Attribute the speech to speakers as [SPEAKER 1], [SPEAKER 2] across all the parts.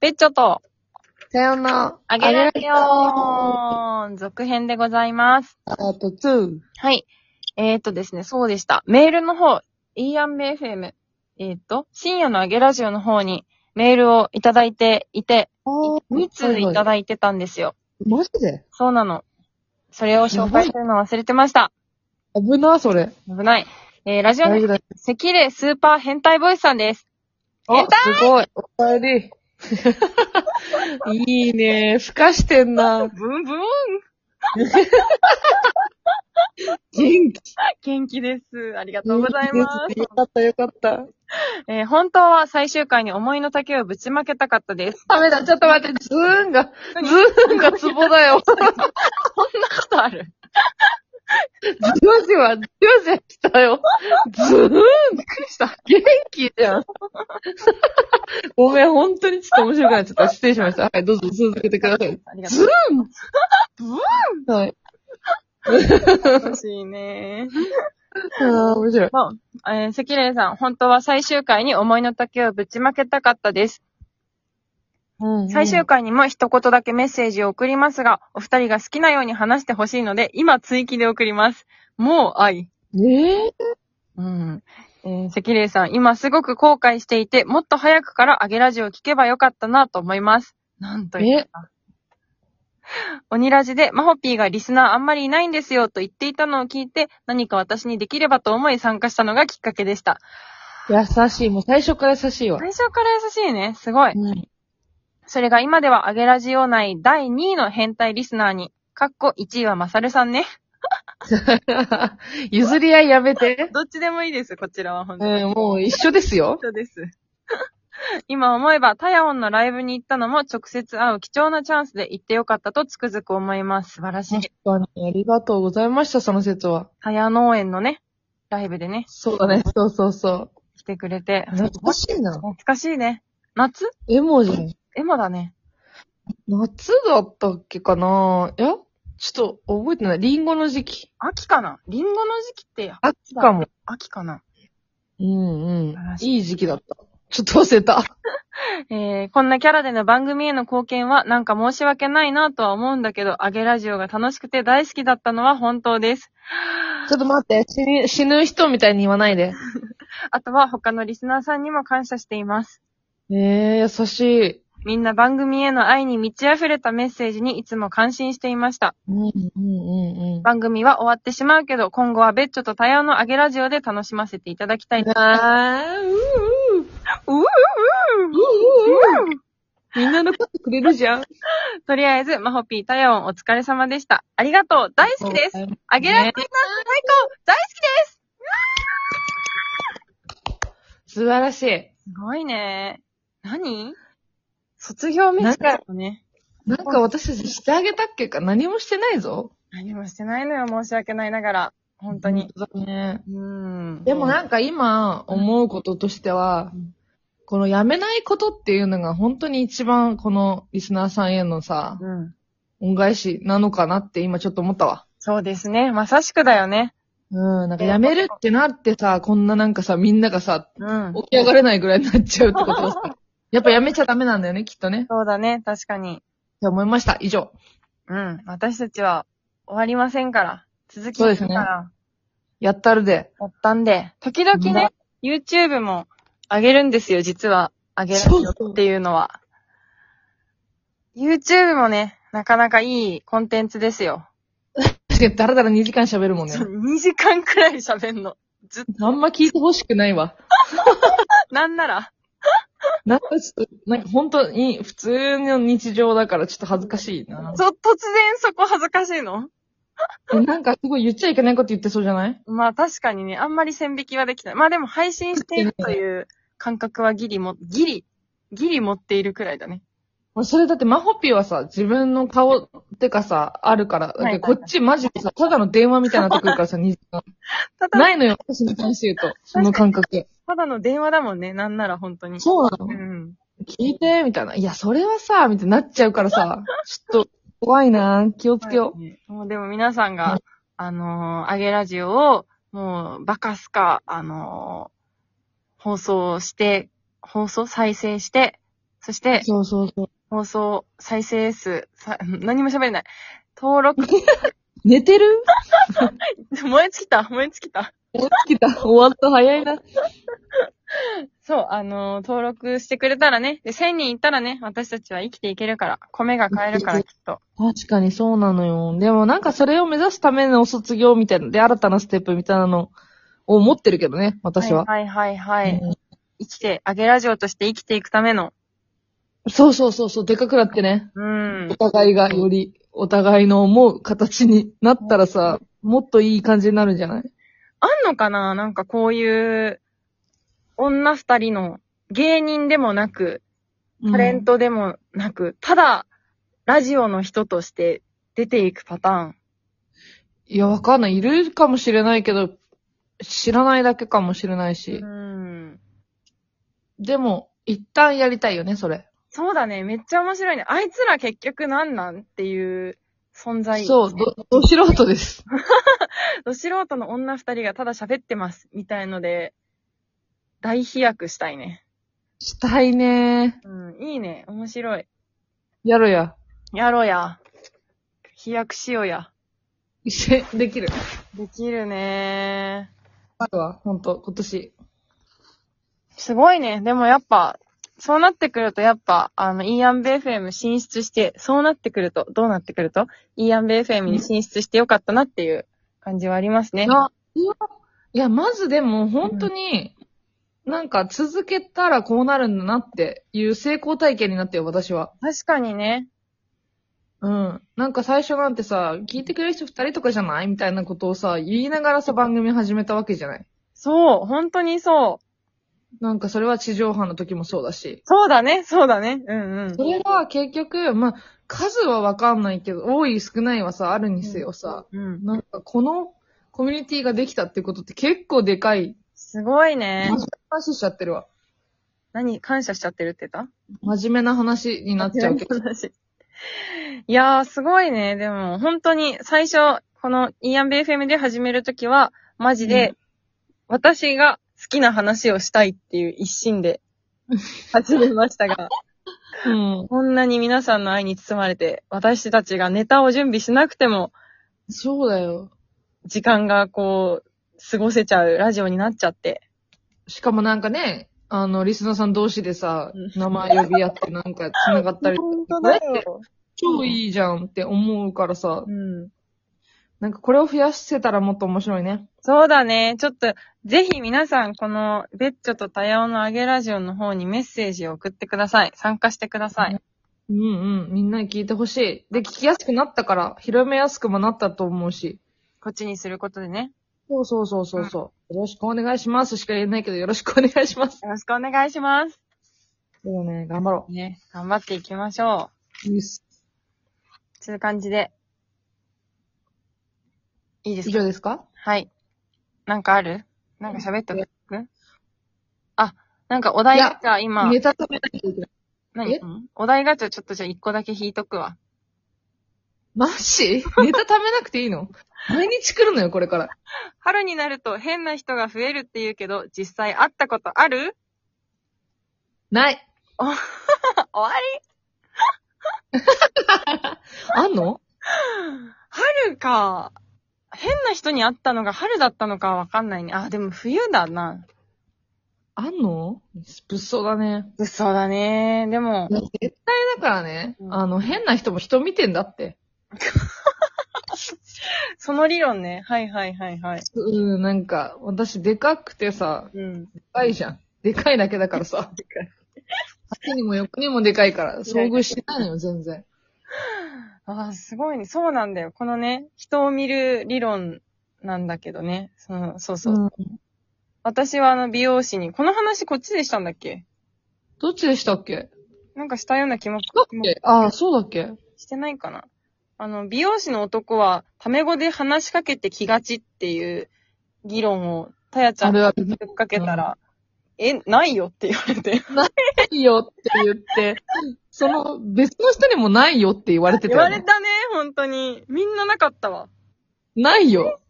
[SPEAKER 1] ペッチョと、
[SPEAKER 2] さよな
[SPEAKER 1] あげられよー続編でございます。
[SPEAKER 2] あげられよー。あと、ツー。
[SPEAKER 1] はい。えー、っとですね、そうでした。メールの方、イーアンベ FM、えー、っと、深夜のあげラジオの方にメールをいただいていて、
[SPEAKER 2] あ
[SPEAKER 1] 2通いただいてたんですよ。
[SPEAKER 2] マジで
[SPEAKER 1] そうなの。それを紹介するの忘れてました。
[SPEAKER 2] 危な、それ。
[SPEAKER 1] 危ない。えー、ラジオネ
[SPEAKER 2] 大
[SPEAKER 1] ー
[SPEAKER 2] 丈
[SPEAKER 1] ム、
[SPEAKER 2] 夫だ。
[SPEAKER 1] 関礼スーパー変態ボイスさんです。
[SPEAKER 2] あ、すごい。お帰り。いいね。ふかしてん
[SPEAKER 1] ブ
[SPEAKER 2] な。
[SPEAKER 1] ンブン
[SPEAKER 2] 元気。
[SPEAKER 1] 元気です。ありがとうございます。
[SPEAKER 2] よかった、よかった。
[SPEAKER 1] えー本当は最終回に思いの丈をぶちまけたかったです。
[SPEAKER 2] ダメだ、ちょっと待って。ズーンが、ズーンがツボだ よ。
[SPEAKER 1] こんなことある
[SPEAKER 2] じわじわ、じわじわしたよ。ズーンした。元気じゃん。ごめん、本当にちょっと面白くなっちゃった。失礼しました。はい、どうぞ続けてください。
[SPEAKER 1] ありがと
[SPEAKER 2] ズ
[SPEAKER 1] う。
[SPEAKER 2] ーンはい。
[SPEAKER 1] 楽しいね。
[SPEAKER 2] ああ、面白い。
[SPEAKER 1] えー、関連さん、本当は最終回に思いの丈をぶちまけたかったです。
[SPEAKER 2] うん
[SPEAKER 1] 最終回にも一言だけメッセージを送りますが、お二人が好きなように話してほしいので、今追記で送ります。もう愛。
[SPEAKER 2] ねえ
[SPEAKER 1] うん。えー、関連さん、今すごく後悔していて、もっと早くからアゲラジオを聞けばよかったなと思います。なんという
[SPEAKER 2] え
[SPEAKER 1] 鬼ラジで、マホピーがリスナーあんまりいないんですよと言っていたのを聞いて、何か私にできればと思い参加したのがきっかけでした。
[SPEAKER 2] 優しい。もう最初から優しいわ。
[SPEAKER 1] 最初から優しいね。すごい。
[SPEAKER 2] うん
[SPEAKER 1] それが今ではアゲラジオ内第2位の変態リスナーに、かっこ1位はマサルさんね。
[SPEAKER 2] 譲り合いやめて。
[SPEAKER 1] どっちでもいいです、こちらは本当に。
[SPEAKER 2] うん、もう一緒ですよ。
[SPEAKER 1] そうです。 今思えば、タヤオンのライブに行ったのも直接会う貴重なチャンスで行ってよかったとつくづく思います。素晴らしい。
[SPEAKER 2] 確かに。ありがとうございました、その説は。
[SPEAKER 1] タヤ農園のね、ライブでね、
[SPEAKER 2] そうだね。そうそうそ
[SPEAKER 1] 来てくれて
[SPEAKER 2] う。。懐かしいな。
[SPEAKER 1] 懐かしいね。夏
[SPEAKER 2] 絵文字。
[SPEAKER 1] エモだね。
[SPEAKER 2] 夏だったっけかないやちょっと覚えてない。リンゴの時期。
[SPEAKER 1] 秋かなリンゴの時期って
[SPEAKER 2] 秋かも。
[SPEAKER 1] 秋かな、
[SPEAKER 2] うんうん
[SPEAKER 1] 素晴ら。しい
[SPEAKER 2] いい時期だった。ちょっと忘れた。
[SPEAKER 1] えー、こんなキャラでの番組への貢献はなんか申し訳ないなとは思うんだけど、アゲラジオが楽しくて大好きだったのは本当です。
[SPEAKER 2] ちょっと待って。死ぬ、死ぬ人みたいに言わないで。
[SPEAKER 1] あとは他のリスナーさんにも感謝しています。
[SPEAKER 2] ねえ、優しい。
[SPEAKER 1] みんな番組への愛に満ち溢れたメッセージにいつも感心していました。
[SPEAKER 2] うんうんうんうん。
[SPEAKER 1] 番組は終わってしまうけど、今後はベッチョとタヤオのアゲラジオで楽しませていただきたいな。
[SPEAKER 2] あー、う
[SPEAKER 1] う
[SPEAKER 2] うう
[SPEAKER 1] う
[SPEAKER 2] うううみんな残ってくれるじゃん。
[SPEAKER 1] とりあえず、マホピー、タヤオンお疲れ様でした。ありがとう大好きですあげられないなんて最高大好きで
[SPEAKER 2] 素晴らしい。
[SPEAKER 1] すすごいね。何卒業メッセージをね。
[SPEAKER 2] なんか私たちしてあげたっけか何もしてないぞ。
[SPEAKER 1] 何もしてないのよ、申し訳ないながら。本当に。。
[SPEAKER 2] だね。
[SPEAKER 1] うん。
[SPEAKER 2] でもなんか今思うこととしては
[SPEAKER 1] うん、
[SPEAKER 2] このやめないことっていうのが本当に一番このリスナーさんへのさ、
[SPEAKER 1] うん。
[SPEAKER 2] 恩返しなのかなって今ちょっと思ったわ。
[SPEAKER 1] そうですね。まさしくだよね。
[SPEAKER 2] うん、なんかやめるってなってさ、こんななんかさ、みんながさ、
[SPEAKER 1] うん。
[SPEAKER 2] 起き上がれないぐらいになっちゃうってことはさ、やっぱやめちゃダメなんだよね、きっとね。
[SPEAKER 1] そうだね。確かに。
[SPEAKER 2] って思いました。以上。
[SPEAKER 1] うん。私たちは終わりませんから。続き
[SPEAKER 2] そう
[SPEAKER 1] ま
[SPEAKER 2] です
[SPEAKER 1] か
[SPEAKER 2] すね
[SPEAKER 1] ら。
[SPEAKER 2] やったるで。
[SPEAKER 1] やったんで。時々ね、YouTube も上げるんですよ、実は。上げる
[SPEAKER 2] そうそう
[SPEAKER 1] っていうのは。YouTube もね、なかなかいいコンテンツですよ。
[SPEAKER 2] 確かにだらだら2時間喋る もんね。
[SPEAKER 1] そう2時間くらい喋んの。ずっ
[SPEAKER 2] あんま聞いてほしくないわ。
[SPEAKER 1] なんなら、
[SPEAKER 2] なんかちょっと、なんか本当に普通の日常だからちょっと恥ずかしいな。
[SPEAKER 1] そ、突然そこ恥ずかしいの
[SPEAKER 2] えなんかすごい言っちゃいけないこと言ってそうじゃない
[SPEAKER 1] まあ確かにね、あんまり線引きはできない。まあでも配信しているという感覚はギリも、ギリ、ギリ持っているくらいだね。
[SPEAKER 2] もうそれだってマホピはさ、自分の顔ってかさ、あるから。だ
[SPEAKER 1] はい
[SPEAKER 2] っ
[SPEAKER 1] は
[SPEAKER 2] て
[SPEAKER 1] い
[SPEAKER 2] こっちマジでさ、ただの電話みたいになってくる からさ、2時間。
[SPEAKER 1] ただ、
[SPEAKER 2] ないのよ、私に関して言うと。その感覚。
[SPEAKER 1] ただの電話だもんね、なんなら本当に。
[SPEAKER 2] そうなの
[SPEAKER 1] うん。
[SPEAKER 2] 聞いて、みたいな。いや、それはさ、みたいになっちゃうから さ、ちょっと怖いな気をつけよう。
[SPEAKER 1] もうでも皆さん
[SPEAKER 2] う
[SPEAKER 1] が
[SPEAKER 2] ん、
[SPEAKER 1] あのー、あげラジオを、もう、バカすか、あのー、放送して、放送再生して、そして、
[SPEAKER 2] そうそうそう。
[SPEAKER 1] 放送再生数、さ 何も喋れない。登録、
[SPEAKER 2] 寝てる
[SPEAKER 1] 燃え尽きた、燃え尽きた。
[SPEAKER 2] 終わってきた。終わった。早いな。
[SPEAKER 1] そう、あのー登録してくれたらね、で、1000人いったらね、私たちは生きていけるから、米が買えるからきっと。
[SPEAKER 2] 確かにそうなのよ。でもなんかそれを目指すための卒業みたいな、で、新たなステップみたいなのを持ってるけどね、私は。
[SPEAKER 1] はいはいはい、はい
[SPEAKER 2] うん
[SPEAKER 1] 生きて、あげラジオとして生きていくための、
[SPEAKER 2] そうそうそうそう、でかくなってね。
[SPEAKER 1] うん
[SPEAKER 2] お。互いがより、お互いの思う形になったらさ、もっといい感じになるんじゃない
[SPEAKER 1] あんのかななんかこういう、女二人の芸人でもなく、タレントでもなく、ただ、ラジオの人として出ていくパターン。
[SPEAKER 2] いや、わかんない。いるかもしれないけど、知らないだけかもしれないし
[SPEAKER 1] う。ん。
[SPEAKER 2] でも、一旦やりたいよね、それ。
[SPEAKER 1] そうだね。めっちゃ面白いね。あいつら結局なんなんっていう存在。
[SPEAKER 2] そう、ど、ど素人です。
[SPEAKER 1] ど素人の女二人がただ喋ってます。みたいので、大飛躍したいね。
[SPEAKER 2] したいね
[SPEAKER 1] うん。いいね。面白い。
[SPEAKER 2] やろや。
[SPEAKER 1] やろうや。飛躍しようや。
[SPEAKER 2] 一緒できる。
[SPEAKER 1] できるね
[SPEAKER 2] あるわ、ほんと、今年。
[SPEAKER 1] すごいね。でもやっぱ、そうなってくるとやっぱ、あの、イーアンベ FM 進出して、そうなってくると、どうなってくると、イーアンベ FM に進出してよかったなっていう感じはありますね。
[SPEAKER 2] あ、いや、いや、まずでも、本当に、なんか続けたらこうなるんだなっていう成功体験になったよ、私は。
[SPEAKER 1] 確かにね。
[SPEAKER 2] うん。なんか最初なんてさ、聞いてくれる人二人とかじゃないみたいなことをさ、言いながらさ、番組始めたわけじゃない。
[SPEAKER 1] そう、本当にそう。
[SPEAKER 2] なんかそれは地上波の時もそうだし。
[SPEAKER 1] そうだね、そうだね。うんうん
[SPEAKER 2] そ。れは結局、まあ、数はわかんないけど、多い少ないはさ、あるにせよさ、
[SPEAKER 1] うん。
[SPEAKER 2] なんかこのコミュニティができたってことって結構でかい。
[SPEAKER 1] すごいね
[SPEAKER 2] マ。ジで話しちゃってるわ。
[SPEAKER 1] 何、感謝しちゃってるって言った
[SPEAKER 2] 真面目な話になっちゃうけど。
[SPEAKER 1] 私いやー、すごいね。でも、本当に、最初、このイーアンベ FM で始めるときは、マジで、
[SPEAKER 2] う
[SPEAKER 1] 私が好きな話をしたいっていう一心で、始めましたが、
[SPEAKER 2] うん。
[SPEAKER 1] こんなに皆さんの愛に包まれて、私たちがネタを準備しなくても、
[SPEAKER 2] そうだよ。
[SPEAKER 1] 時間がこう、過ごせちゃうラジオになっちゃって。
[SPEAKER 2] しかもなんかね、あの、リスナーさん同士でさ
[SPEAKER 1] うん、
[SPEAKER 2] 名前呼び合ってなんか繋がったりとか。これって
[SPEAKER 1] よ。
[SPEAKER 2] 超いいじゃんって思うからさ
[SPEAKER 1] う、ん。
[SPEAKER 2] なんかこれを増やせたらもっと面白いね。
[SPEAKER 1] そうだね。ちょっと、ぜひ皆さん、この、ベッチョとタヤオのあげラジオの方にメッセージを送ってください。参加してください。
[SPEAKER 2] うんうん。みんなに聞いてほしい。で、聞きやすくなったから、広めやすくもなったと思うし。
[SPEAKER 1] こっちにすることでね。
[SPEAKER 2] そうそうそうそうそう。よろしくお願いしますしか言えないけど、よろしくお願いします。
[SPEAKER 1] よろしくお願いします。
[SPEAKER 2] そうね、頑張ろ
[SPEAKER 1] ね。頑張っていきましょ
[SPEAKER 2] う。いいっす。
[SPEAKER 1] う。という感じで。いいです
[SPEAKER 2] 以
[SPEAKER 1] か
[SPEAKER 2] 上ですか
[SPEAKER 1] はい。なんかあるなんか喋っとくあ、なんかお題ガチャ今、
[SPEAKER 2] ネタ食べないといけない。
[SPEAKER 1] 何
[SPEAKER 2] え
[SPEAKER 1] うんお題ガチャちょっとじゃあ一個だけ引いとくわ。
[SPEAKER 2] マジネタ食べなくていいの毎日来るのよ、これから。
[SPEAKER 1] 春になると変な人が増えるって言うけど、実際会ったことある
[SPEAKER 2] ない。
[SPEAKER 1] 終わり
[SPEAKER 2] あんの
[SPEAKER 1] 春か。変な人に会ったのが春だったのかわかんないね。あ、でも冬だな。
[SPEAKER 2] あんの物騒だね。
[SPEAKER 1] 嘘だね。でも、
[SPEAKER 2] 絶対だからね
[SPEAKER 1] う、ん
[SPEAKER 2] あの、変な人も人見てんだって。
[SPEAKER 1] その理論ね。はいはいはいはい。
[SPEAKER 2] うん、なんか、私、でかくてさ、
[SPEAKER 1] うん。
[SPEAKER 2] でかいじゃん。でかいだけだからさ。
[SPEAKER 1] でか
[SPEAKER 2] 縦にも横にもでかいから、遭遇しないのよ、全然。
[SPEAKER 1] あーすごいね。そうなんだよ。このね、人を見る理論なんだけどね。そのそうそう。
[SPEAKER 2] うん
[SPEAKER 1] 私はあの美容師に、この話こっちでしたんだっけ
[SPEAKER 2] どっちでしたっけ
[SPEAKER 1] なんかしたような気も
[SPEAKER 2] だっけああ、そうだっけ
[SPEAKER 1] してないかな。あの、美容師の男は、タメ語で話しかけてきがちっていう議論を、たやちゃん
[SPEAKER 2] あ
[SPEAKER 1] に
[SPEAKER 2] るある
[SPEAKER 1] ぶっかけたら、え、ないよって言われて。
[SPEAKER 2] ないよって言って、その別の人にもないよって言われてた
[SPEAKER 1] 言
[SPEAKER 2] よ
[SPEAKER 1] わ
[SPEAKER 2] ね、
[SPEAKER 1] れたね、本当に。みんななかったわ。
[SPEAKER 2] ないよ。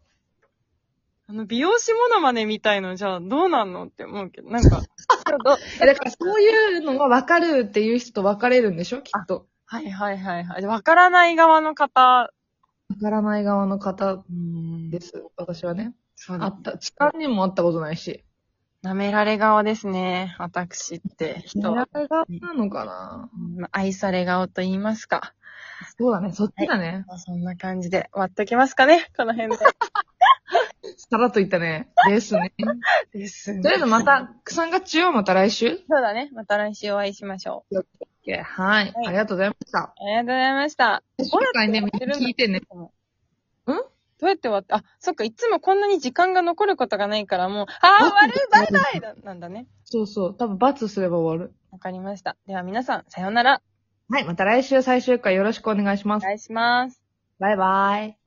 [SPEAKER 1] あの、美容師モノマネみたいの、じゃあどうなんのって思うけど、なんか、ど。
[SPEAKER 2] え、だからそういうのが分かるっていう人と分かれるんでしょきっと。
[SPEAKER 1] はいはいはいはい。わからない側の方
[SPEAKER 2] 分からない側の方
[SPEAKER 1] で。
[SPEAKER 2] ですす。私はね。
[SPEAKER 1] そう
[SPEAKER 2] あ
[SPEAKER 1] だ。
[SPEAKER 2] った。痴漢にもあったことないし。
[SPEAKER 1] 舐められ側ですね。私って人
[SPEAKER 2] 狙
[SPEAKER 1] は。
[SPEAKER 2] いがなのかな
[SPEAKER 1] うん愛され顔と言いますか。
[SPEAKER 2] そうだね。そっちだね。
[SPEAKER 1] まあそんな感じで割っときますかね。この辺で。
[SPEAKER 2] さらっと言ったね。ですね。
[SPEAKER 1] ですね
[SPEAKER 2] とりあえずまた、3月中はまた来週
[SPEAKER 1] そうだね。また来週お会いしましょ
[SPEAKER 2] はい。ありがとうございました。
[SPEAKER 1] う。ありがとうございました。
[SPEAKER 2] 今回ね、みんな聞いてね。
[SPEAKER 1] どうやって終わったあ、そっか、いつもこんなに時間が残ることがないから、もう、あー、終わるバイバイだなんだね。
[SPEAKER 2] そうそう。多分、罰すれば終わる。
[SPEAKER 1] わかりました。では皆さん、さようなら。
[SPEAKER 2] はい。また来週最終回よろしくお願いし
[SPEAKER 1] お
[SPEAKER 2] ます。
[SPEAKER 1] 願いします。
[SPEAKER 2] バイバイ。